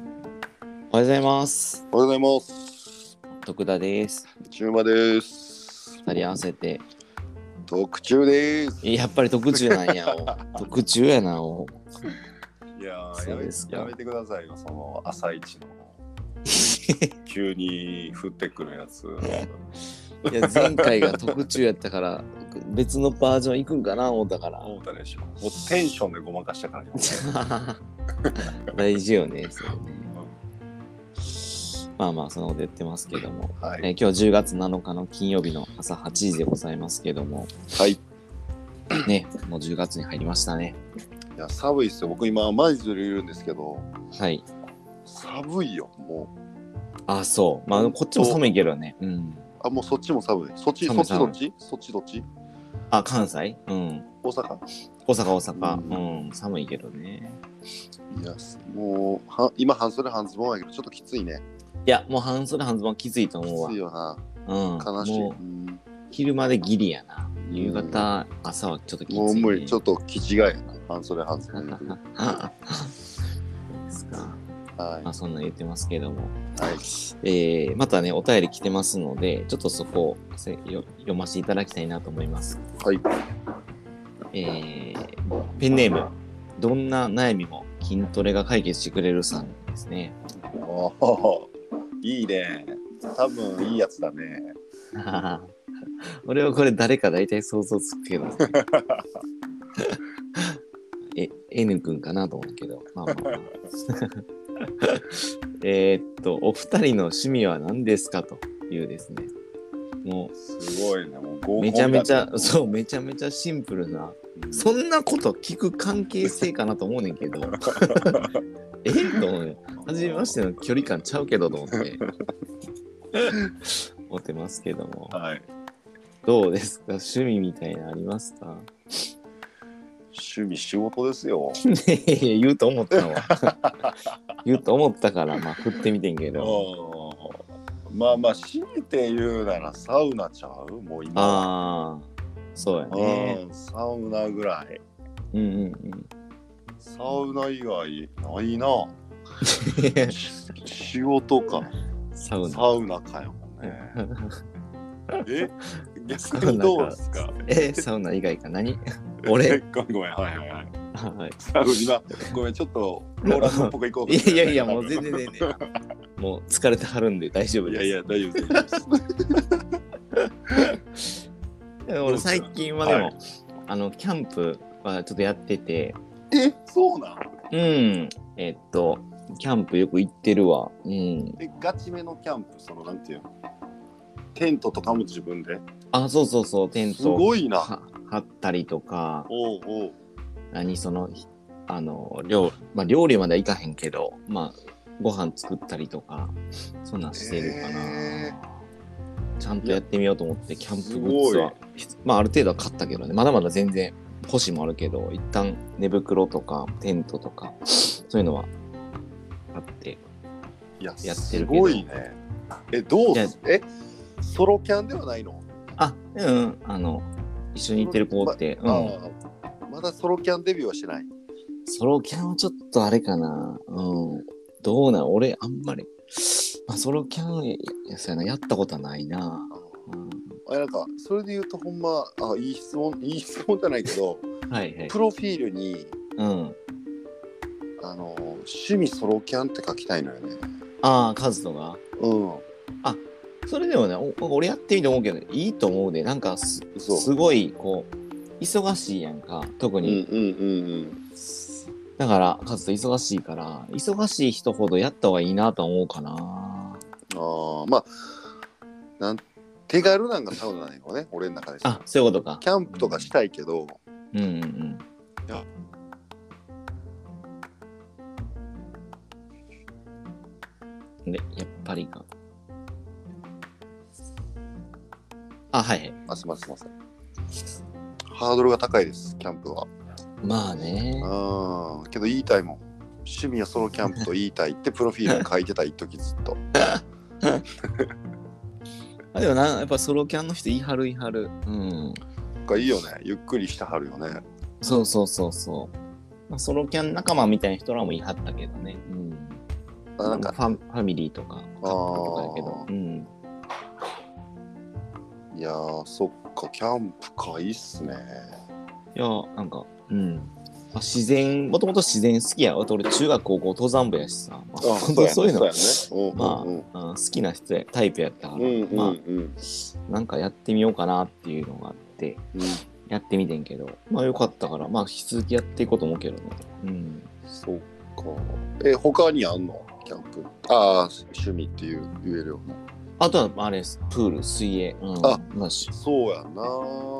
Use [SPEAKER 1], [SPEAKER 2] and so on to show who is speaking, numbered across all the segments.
[SPEAKER 1] はようございます。
[SPEAKER 2] おはようございます。
[SPEAKER 1] 徳田です。
[SPEAKER 2] 中馬です。
[SPEAKER 1] 二人合わせて。
[SPEAKER 2] 特注です。
[SPEAKER 1] やっぱり特注なん や。お特注やな。お
[SPEAKER 2] いや
[SPEAKER 1] そうですか
[SPEAKER 2] やめやめてくださいよ、その朝一 の。急に降ってくるや つ。
[SPEAKER 1] いや前回が特注やったから、別のバージョン行くんかな思ったか
[SPEAKER 2] 思ったでしょ。もうテンションでごまかしたか らね。
[SPEAKER 1] ら。 大事よね。それねまあまあ、そのこと言ってますけども。
[SPEAKER 2] は
[SPEAKER 1] えー
[SPEAKER 2] い。
[SPEAKER 1] 今日10月7日の金曜日の朝8時でございますけども、
[SPEAKER 2] はい。い
[SPEAKER 1] ね、もう10月に入りましたね。
[SPEAKER 2] や、寒いっすよ。僕今、マイズルいるんですけど、
[SPEAKER 1] はい。
[SPEAKER 2] 寒いよ、もう。
[SPEAKER 1] あ、そう。まあ、こっちも寒いけどね。うん。
[SPEAKER 2] あ、もうそっちも寒い。そっち、そ
[SPEAKER 1] 寒
[SPEAKER 2] っ
[SPEAKER 1] い
[SPEAKER 2] ちどっちそっちどっち
[SPEAKER 1] あ、関西うん。
[SPEAKER 2] 大
[SPEAKER 1] 大阪、
[SPEAKER 2] 阪
[SPEAKER 1] 大阪。
[SPEAKER 2] う
[SPEAKER 1] うん、寒いけどね。
[SPEAKER 2] いや、もう、は今、半袖半ズボンやけど、ちょっときついね。
[SPEAKER 1] いや、もう半袖半ズボンきついと
[SPEAKER 2] き
[SPEAKER 1] 思うわ
[SPEAKER 2] つい。よな。
[SPEAKER 1] うん。
[SPEAKER 2] 悲しい。
[SPEAKER 1] もう
[SPEAKER 2] うん
[SPEAKER 1] 昼までギリやな。
[SPEAKER 2] ん
[SPEAKER 1] 夕方、朝はちょっときつい、ね。
[SPEAKER 2] もう無理、ちょ
[SPEAKER 1] っ
[SPEAKER 2] っと気違いやな。半袖半袖。
[SPEAKER 1] ですか。
[SPEAKER 2] はい。
[SPEAKER 1] まあ、そんなん言ってますけども。
[SPEAKER 2] はい。
[SPEAKER 1] えー、またね、お便り来てますので、ちょっとそこをせよ読ませていただきたいなと思います。
[SPEAKER 2] はい。
[SPEAKER 1] えー、ペンネーム、どんな悩みも筋トレが解決してくれるさんですね。
[SPEAKER 2] おーいいね。多分いいやつだね。
[SPEAKER 1] 俺はこれ誰か大体想像つくけど。え、N 君かなと思うけど。まあまあま あえーっと、お二人の趣味は何ですかというですね。も
[SPEAKER 2] すごいね。もう合コ
[SPEAKER 1] う、
[SPEAKER 2] ン
[SPEAKER 1] めちゃめちゃ、
[SPEAKER 2] だね
[SPEAKER 1] そう、めちゃめちゃシンプルな。
[SPEAKER 2] うん
[SPEAKER 1] そんなこと聞く関係性かなと思うねんけ ど。えと思うよ。はじめましての距離感ちゃうけどと思って。思ってますけども。
[SPEAKER 2] はい。
[SPEAKER 1] どうですか趣味みたいなのありますか
[SPEAKER 2] 趣味仕事ですよ。
[SPEAKER 1] いやいや言うと思ったわ。 言うと思ったから、まあ、振ってみてんけど。
[SPEAKER 2] うんまあまあ、強いて言うならサウナちゃうもう今。
[SPEAKER 1] ああ、そうやね。
[SPEAKER 2] うんサウナぐらい。
[SPEAKER 1] うんうんうん。
[SPEAKER 2] サウナ以外ないな。 し仕事か。
[SPEAKER 1] サウナ。
[SPEAKER 2] サウナかよ ね。え逆にどうですか
[SPEAKER 1] え、サウナ以外か 何俺
[SPEAKER 2] ごめんごめん、はいはいはい。
[SPEAKER 1] は
[SPEAKER 2] サウナ、ごめん、ちょっとローラーっぽく行こう
[SPEAKER 1] い。いやいやいや、もう全然全 然。もう疲れてはるんで大丈夫
[SPEAKER 2] い
[SPEAKER 1] で
[SPEAKER 2] や
[SPEAKER 1] す。
[SPEAKER 2] いや、大丈夫です大丈夫です。
[SPEAKER 1] でも俺最近はでも、
[SPEAKER 2] はい
[SPEAKER 1] あの、キャンプはちょっとやってて、
[SPEAKER 2] え、そうなん
[SPEAKER 1] うん。えっと、キャンプよく行ってるわ。うん。
[SPEAKER 2] え、ガチめのキャンプ、その、なんていうのテントとかも自分で。
[SPEAKER 1] あ、そうそうそう、テン
[SPEAKER 2] す
[SPEAKER 1] ト
[SPEAKER 2] ごいな。
[SPEAKER 1] は張ったりとか、
[SPEAKER 2] おうおう。
[SPEAKER 1] 何その、あの、料,、まあ、料理まではいかへんけど、まあ、ご飯作ったりとか、そんなんしてるかな。
[SPEAKER 2] へ
[SPEAKER 1] ちゃんとやってみようと思って、キャンプグッ
[SPEAKER 2] す
[SPEAKER 1] ズ
[SPEAKER 2] ごい
[SPEAKER 1] は、まあ、ある程度は買ったけどね、まだまだ全然欲しいもあるけど、一旦寝袋とか、テントとか、そういうのはあって、
[SPEAKER 2] いや、
[SPEAKER 1] やってるけど
[SPEAKER 2] すごいね。え、どうすえ、ソロキャンではないの
[SPEAKER 1] あ、うんうん、あの、一緒に行ってる子って、
[SPEAKER 2] あ
[SPEAKER 1] うん、
[SPEAKER 2] ーまだソロキャンデビューはしてない。
[SPEAKER 1] ソロキャンはちょっとあれかな。うん。どうなん俺、あんまり。まあ、ソロキャン、いやそうやな、やったことはないな。う
[SPEAKER 2] あなんかそれで言うとほんまあいい質問いい質問じゃないけど
[SPEAKER 1] ん、はいはい
[SPEAKER 2] プ。ロフィールに
[SPEAKER 1] うん。
[SPEAKER 2] あの趣味ソロキャンって書きたいのよね
[SPEAKER 1] ああ、カズとか。
[SPEAKER 2] う
[SPEAKER 1] それでもね、お俺やってみて思うけど、いいと思うで、なんかす、
[SPEAKER 2] んそう
[SPEAKER 1] すごい、こう、忙しいやんか、特
[SPEAKER 2] うん
[SPEAKER 1] に。
[SPEAKER 2] うんうん
[SPEAKER 1] だから、カズと忙しいから、忙しい人ほどやった方がいいなとは思うかな。
[SPEAKER 2] うんああまあなん手軽なんかサウナなんよね俺の中で
[SPEAKER 1] あ、そういうことか。
[SPEAKER 2] キャンプとかしたいけど
[SPEAKER 1] うんうんうん。で、やっぱりか。あ、はいはい。
[SPEAKER 2] あすいませんすいませんハードルが高いですキャンプは
[SPEAKER 1] まあね。
[SPEAKER 2] うんけど言いたいもん趣味はソロキャンプと言いたいってプロフィールに書いてた一時ずっと
[SPEAKER 1] あでもな、やっぱソロキャンの人言いはる言いはる。うん。
[SPEAKER 2] なんかいいよねゆっくりしてはるよね
[SPEAKER 1] そうそうそうそう。まあ、ソロキャン仲間みたいな人らも言いはったけどね。うん。まあ
[SPEAKER 3] なんか
[SPEAKER 1] ファンファミリーとか、カップルとかやけど
[SPEAKER 2] あ。
[SPEAKER 1] うん。
[SPEAKER 2] いやーそっかキャンプかいいっすね
[SPEAKER 1] いや、なんか、うん。まあ、自然、もともと自然好きや。あと俺、中学、高校、登山部やしさ。まあ、本当そういうの、
[SPEAKER 2] そうやね
[SPEAKER 1] まあ、
[SPEAKER 2] うん
[SPEAKER 1] うん好きな人や、タイプやったから、
[SPEAKER 2] うんうんうん
[SPEAKER 1] ま
[SPEAKER 2] うん
[SPEAKER 1] あ、なんかやってみようかなっていうのがあって、
[SPEAKER 2] うん
[SPEAKER 1] やってみてんけど、まあ、よかったから、まあ、引き続きやっていこうと思うけどね。うん。
[SPEAKER 2] そっかえ他にあんのキャンプああ趣味っていう言えるような
[SPEAKER 1] あとは、あれです。プール、水泳。うん、
[SPEAKER 2] あ
[SPEAKER 1] まあ、し
[SPEAKER 2] そうやな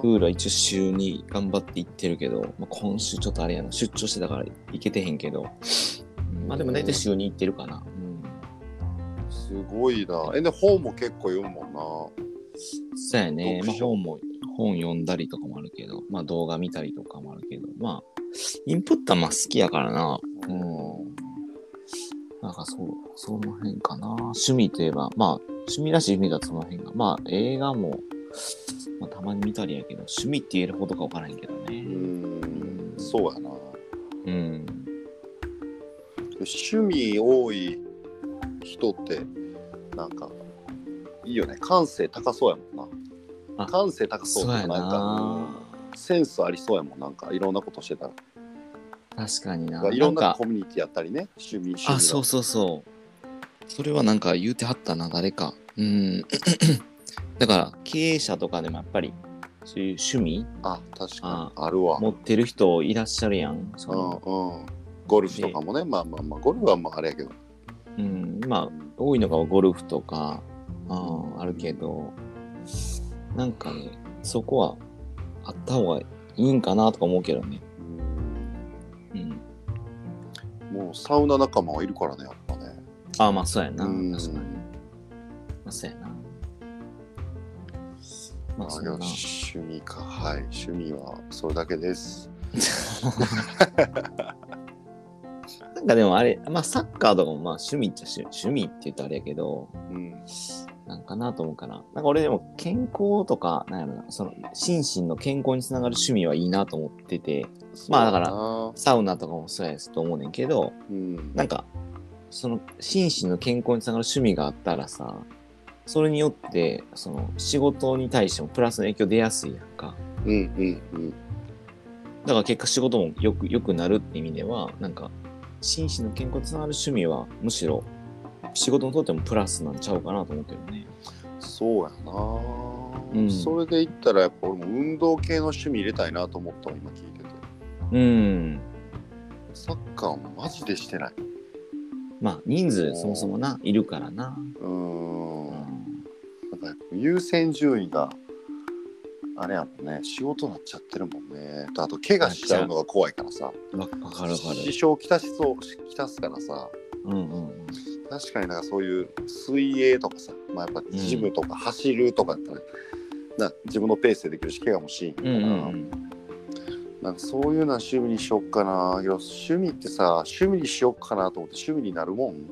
[SPEAKER 1] プールは一応週に頑張って行ってるけど、まあ、今週ちょっとあれやな、出張してたから行けてへんけど、うんまあでも大体週に行ってるかな。
[SPEAKER 2] すごいなえで本も結構読むもん
[SPEAKER 1] うん、そうやね、まあ、
[SPEAKER 2] 読書
[SPEAKER 1] 本も、本読んだりとかもあるけど、まあ動画見たりとかもあるけど、まあ、インプットはまあ好きやからな。う
[SPEAKER 2] な、
[SPEAKER 1] ん。なんかそう、その辺かな。趣味といえば、まあ、趣味らしい意味だとその辺が、まあ映画も、まあ、たまに見たりやけど、趣味って言えるほどかわからへんけど
[SPEAKER 2] う
[SPEAKER 1] ね。
[SPEAKER 2] んそうやな
[SPEAKER 1] うん。
[SPEAKER 2] 趣味多い人ってなんかいいよね感性高そうやもん
[SPEAKER 1] あ
[SPEAKER 2] な感性高そう
[SPEAKER 1] そう
[SPEAKER 2] ってい
[SPEAKER 1] や
[SPEAKER 2] うかなんか
[SPEAKER 1] な。
[SPEAKER 2] うんセンスありそうやもんなんかいろんなことしてたら
[SPEAKER 1] 確かにな。
[SPEAKER 2] いろん
[SPEAKER 1] な
[SPEAKER 2] なん
[SPEAKER 1] か
[SPEAKER 2] コミュニティやったりね趣味趣味
[SPEAKER 1] あ、そうそうそう。それはなんか言うてはったな、誰か。うん。 だから、経営者とかでもやっぱり、そういう趣味
[SPEAKER 2] あ確か
[SPEAKER 1] あ
[SPEAKER 2] にあるわ
[SPEAKER 1] 持ってる人いらっしゃるやん。その
[SPEAKER 2] うんうんゴルフとかもねまあまあまあゴルフはまああれやけど
[SPEAKER 1] うん。まあ、多いのがゴルフとか、ああるけど、なんかね、そこはあった方がいいんかなとか思うけどね。うん。
[SPEAKER 2] もうサウナ仲間はいるからねやっぱね
[SPEAKER 1] ああ、まあそうやな。
[SPEAKER 2] うん
[SPEAKER 1] 確かに。まあそうやな。ま
[SPEAKER 2] ま
[SPEAKER 1] あ
[SPEAKER 2] あ
[SPEAKER 1] そんな。
[SPEAKER 2] 趣味かはい趣味はそれだけです
[SPEAKER 1] なんかでもあれ、まあサッカーとかもまあ趣味っちゃ趣趣味って言うとあれやけど、
[SPEAKER 2] うん
[SPEAKER 1] なんかなと思うから。なんか俺でも健康とか、なんやろな、その心身の健康につながる趣味はいいなと思ってて、まあだから
[SPEAKER 2] ら
[SPEAKER 1] サウナとかもそうやつと思うねんけど、
[SPEAKER 2] うん
[SPEAKER 1] なんか、その心身の健康につながる趣味があったらさ、それによって、その仕事に対してもプラスの影響出やすいやんか。
[SPEAKER 2] うんうんうん
[SPEAKER 1] だから結果仕事もよく、よくなるって意味では、なんか、心身の健康につながる趣味は、むしろ、仕事にとってもプラスなんちゃうかなと思うけどね。
[SPEAKER 2] そうやな、
[SPEAKER 1] うん
[SPEAKER 2] それで言ったらやっぱ俺も運動系の趣味入れたいなと思ったわ今聞いてて
[SPEAKER 1] うん。
[SPEAKER 2] サッカーもマジでしてない
[SPEAKER 1] まあ、人数そもそもな、いるからな。
[SPEAKER 2] うー
[SPEAKER 1] うんん。
[SPEAKER 2] なんかやっぱ優先順位があれやもんね仕事になっちゃってるもんねあと怪我しちゃうのが怖いからさ
[SPEAKER 1] わわかるわか
[SPEAKER 2] 支
[SPEAKER 1] る。
[SPEAKER 2] 障をきたしそうしきたすからさ
[SPEAKER 1] うんうんうん。
[SPEAKER 2] 確かになんかそういう水泳とかさ、まあ、やっぱジムとか走るとかだったら、な自分のペースでできるし怪我もしんから、
[SPEAKER 1] うんうん
[SPEAKER 2] なんかそういうのは趣味にしよっかな。けど趣味ってさ、趣味にしよっかなと思って趣味にな るもん。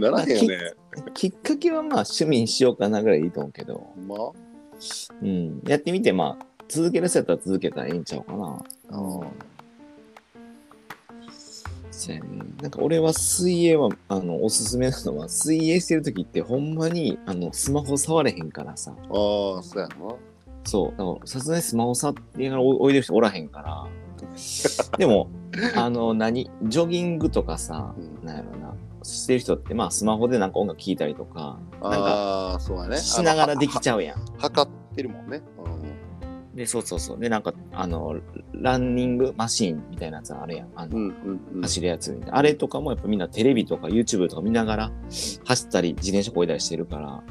[SPEAKER 2] ならへんよね。
[SPEAKER 1] うん。きっかけはまあ、趣味にしようかなぐらいいいと思うけど、
[SPEAKER 2] ほんま
[SPEAKER 1] うん。やってみて、まあ、続ける人やったら続けたらいいんちゃうかな。うん。そうやね。なんか俺は水泳は、あの、おすすめなのは、水泳してる時ってほんまに、あの、スマホ触れへんからさ。
[SPEAKER 2] ああ、そうやな。
[SPEAKER 1] そう。だからさすがにスマホ触ってながら泳いでる人おらへんから。 でも、あの、何ジョギングとかさ、
[SPEAKER 2] うん
[SPEAKER 1] なんやろな。してる人って、まあ、スマホでなんか音楽聴いたりとか、なんか、
[SPEAKER 2] ああ、そうやね。
[SPEAKER 1] しながらできち
[SPEAKER 2] ゃ
[SPEAKER 1] ゃうやん。
[SPEAKER 2] う。は測ってるもんね。
[SPEAKER 1] で、そうそうそう。で、なんか、あの、ランニングマシーンみたいなやつあるやん。あの、
[SPEAKER 2] うん、うん、うん。
[SPEAKER 1] 走るやつみたいな。あれとかもやっぱみんなテレビとか YouTube とか見ながら走ったり、自転車こいだりしてるか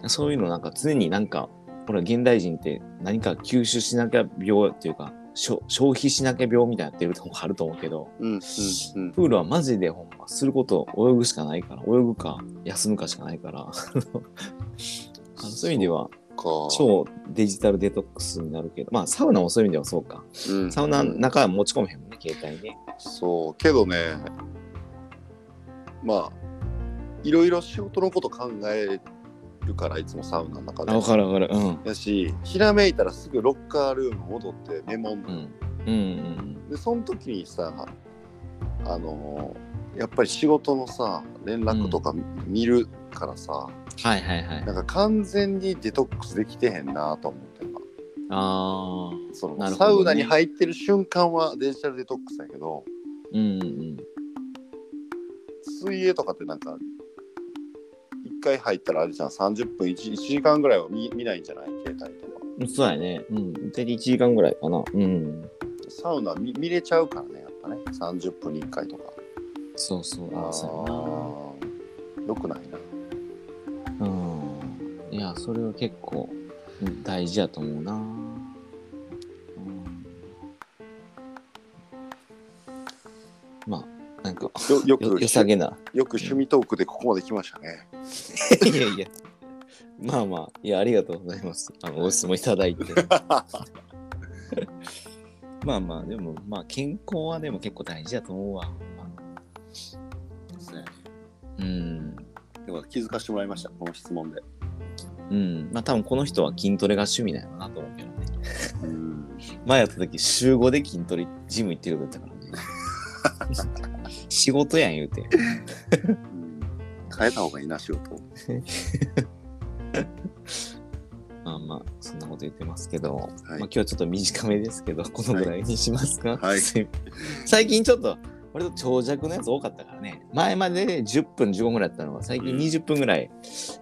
[SPEAKER 1] ら、そういうのなんか常になんか、ほら、現代人って何か吸収しなきゃ病っていうか、消消費しなきゃ病みたいになってるとこあると思うけど、
[SPEAKER 2] うん、うん、うん。
[SPEAKER 1] プールはマジでほんま、すること泳ぐしかないから、泳ぐか休むかしかないから、あのそういう意味では
[SPEAKER 2] か。
[SPEAKER 1] 超デジタルデトックスになるけど、まあサウナもそういう意味ではそうか。
[SPEAKER 2] うん
[SPEAKER 1] サウナの中は持ち込めへんもんね、携帯ね。
[SPEAKER 2] そう、けどね、まあ、いろいろ仕事のこと考えるから、いつもサウナの中で。
[SPEAKER 1] あ、わかるわかる。うん。
[SPEAKER 2] やし、ひらめいたらすぐロッカールーム戻ってメモんの
[SPEAKER 1] うん。うんうん
[SPEAKER 2] でその時にさあのーやっぱり仕事のさ連絡とか見るからさ、
[SPEAKER 1] はいはいはい。
[SPEAKER 2] なんか完全にデトックスできてへんなと思って今
[SPEAKER 1] ああ。
[SPEAKER 2] その、
[SPEAKER 1] なるほ
[SPEAKER 2] サ
[SPEAKER 1] どね
[SPEAKER 2] ウナに入ってる瞬間はデジタルデトックスだけど
[SPEAKER 1] うんうん。
[SPEAKER 2] 水泳とかってなんか一回入ったらあれじゃん30分 1, 1時間ぐらいは見見ないんじゃない携帯とか
[SPEAKER 1] うんそうやね。うん。大体1時間ぐらいかな。うん。
[SPEAKER 2] サウナ見見れちゃうからねやっぱね30分に1回とか
[SPEAKER 1] そうそう。あ
[SPEAKER 2] あ
[SPEAKER 1] あ、そ
[SPEAKER 2] ーよくない な
[SPEAKER 1] うやな。うん。いや、それは結構うん大事やと思うな。うん。まあ、なんか、
[SPEAKER 2] よよく
[SPEAKER 1] よ良さげな。
[SPEAKER 2] よく趣味トークでここまで来ましたね。
[SPEAKER 1] いやいや。まあまあ、いや、ありがとうございます。あの、ご質問いただいて。 まあまあ、でも、まあ、健康はでも結構大事だと思うわ。うん。
[SPEAKER 2] でも気づかせてもらいました、この質問で。
[SPEAKER 1] うん。まあ、多分この人は筋トレが趣味なのかなと思うけどね。
[SPEAKER 2] うん
[SPEAKER 1] 前やった時、週5で筋トレ、ジム行ってることだったから ね。仕事やん言うて。
[SPEAKER 2] 変えた方がいいな、仕事。
[SPEAKER 1] まあまあ、そんなこと言ってますけど、まあ
[SPEAKER 2] い
[SPEAKER 1] 今日はちょっと短めですけど、このぐらいにしますか。
[SPEAKER 2] はい
[SPEAKER 1] 最近ちょっと、割と長尺のやつ多かったからね。前まで10分、15分ぐらいだったのが、最近
[SPEAKER 2] うん
[SPEAKER 1] 20分ぐらい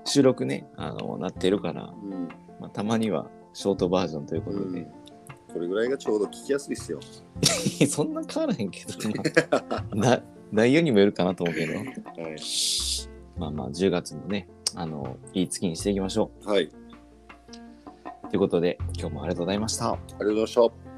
[SPEAKER 1] 収録ね、あの、なってるから、
[SPEAKER 2] うん
[SPEAKER 1] まあ、たまにはショートバージョンということで。
[SPEAKER 2] これぐらいがちょうど聞きやすいですよ。
[SPEAKER 1] そんな変わらへんけど なな内容にもよるかなと思うけど
[SPEAKER 2] はい。
[SPEAKER 1] まあまあ10月もねあのいい月にしていきましょ
[SPEAKER 2] はい、あり
[SPEAKER 1] うということで今日もありがとうございました
[SPEAKER 2] がとうございました。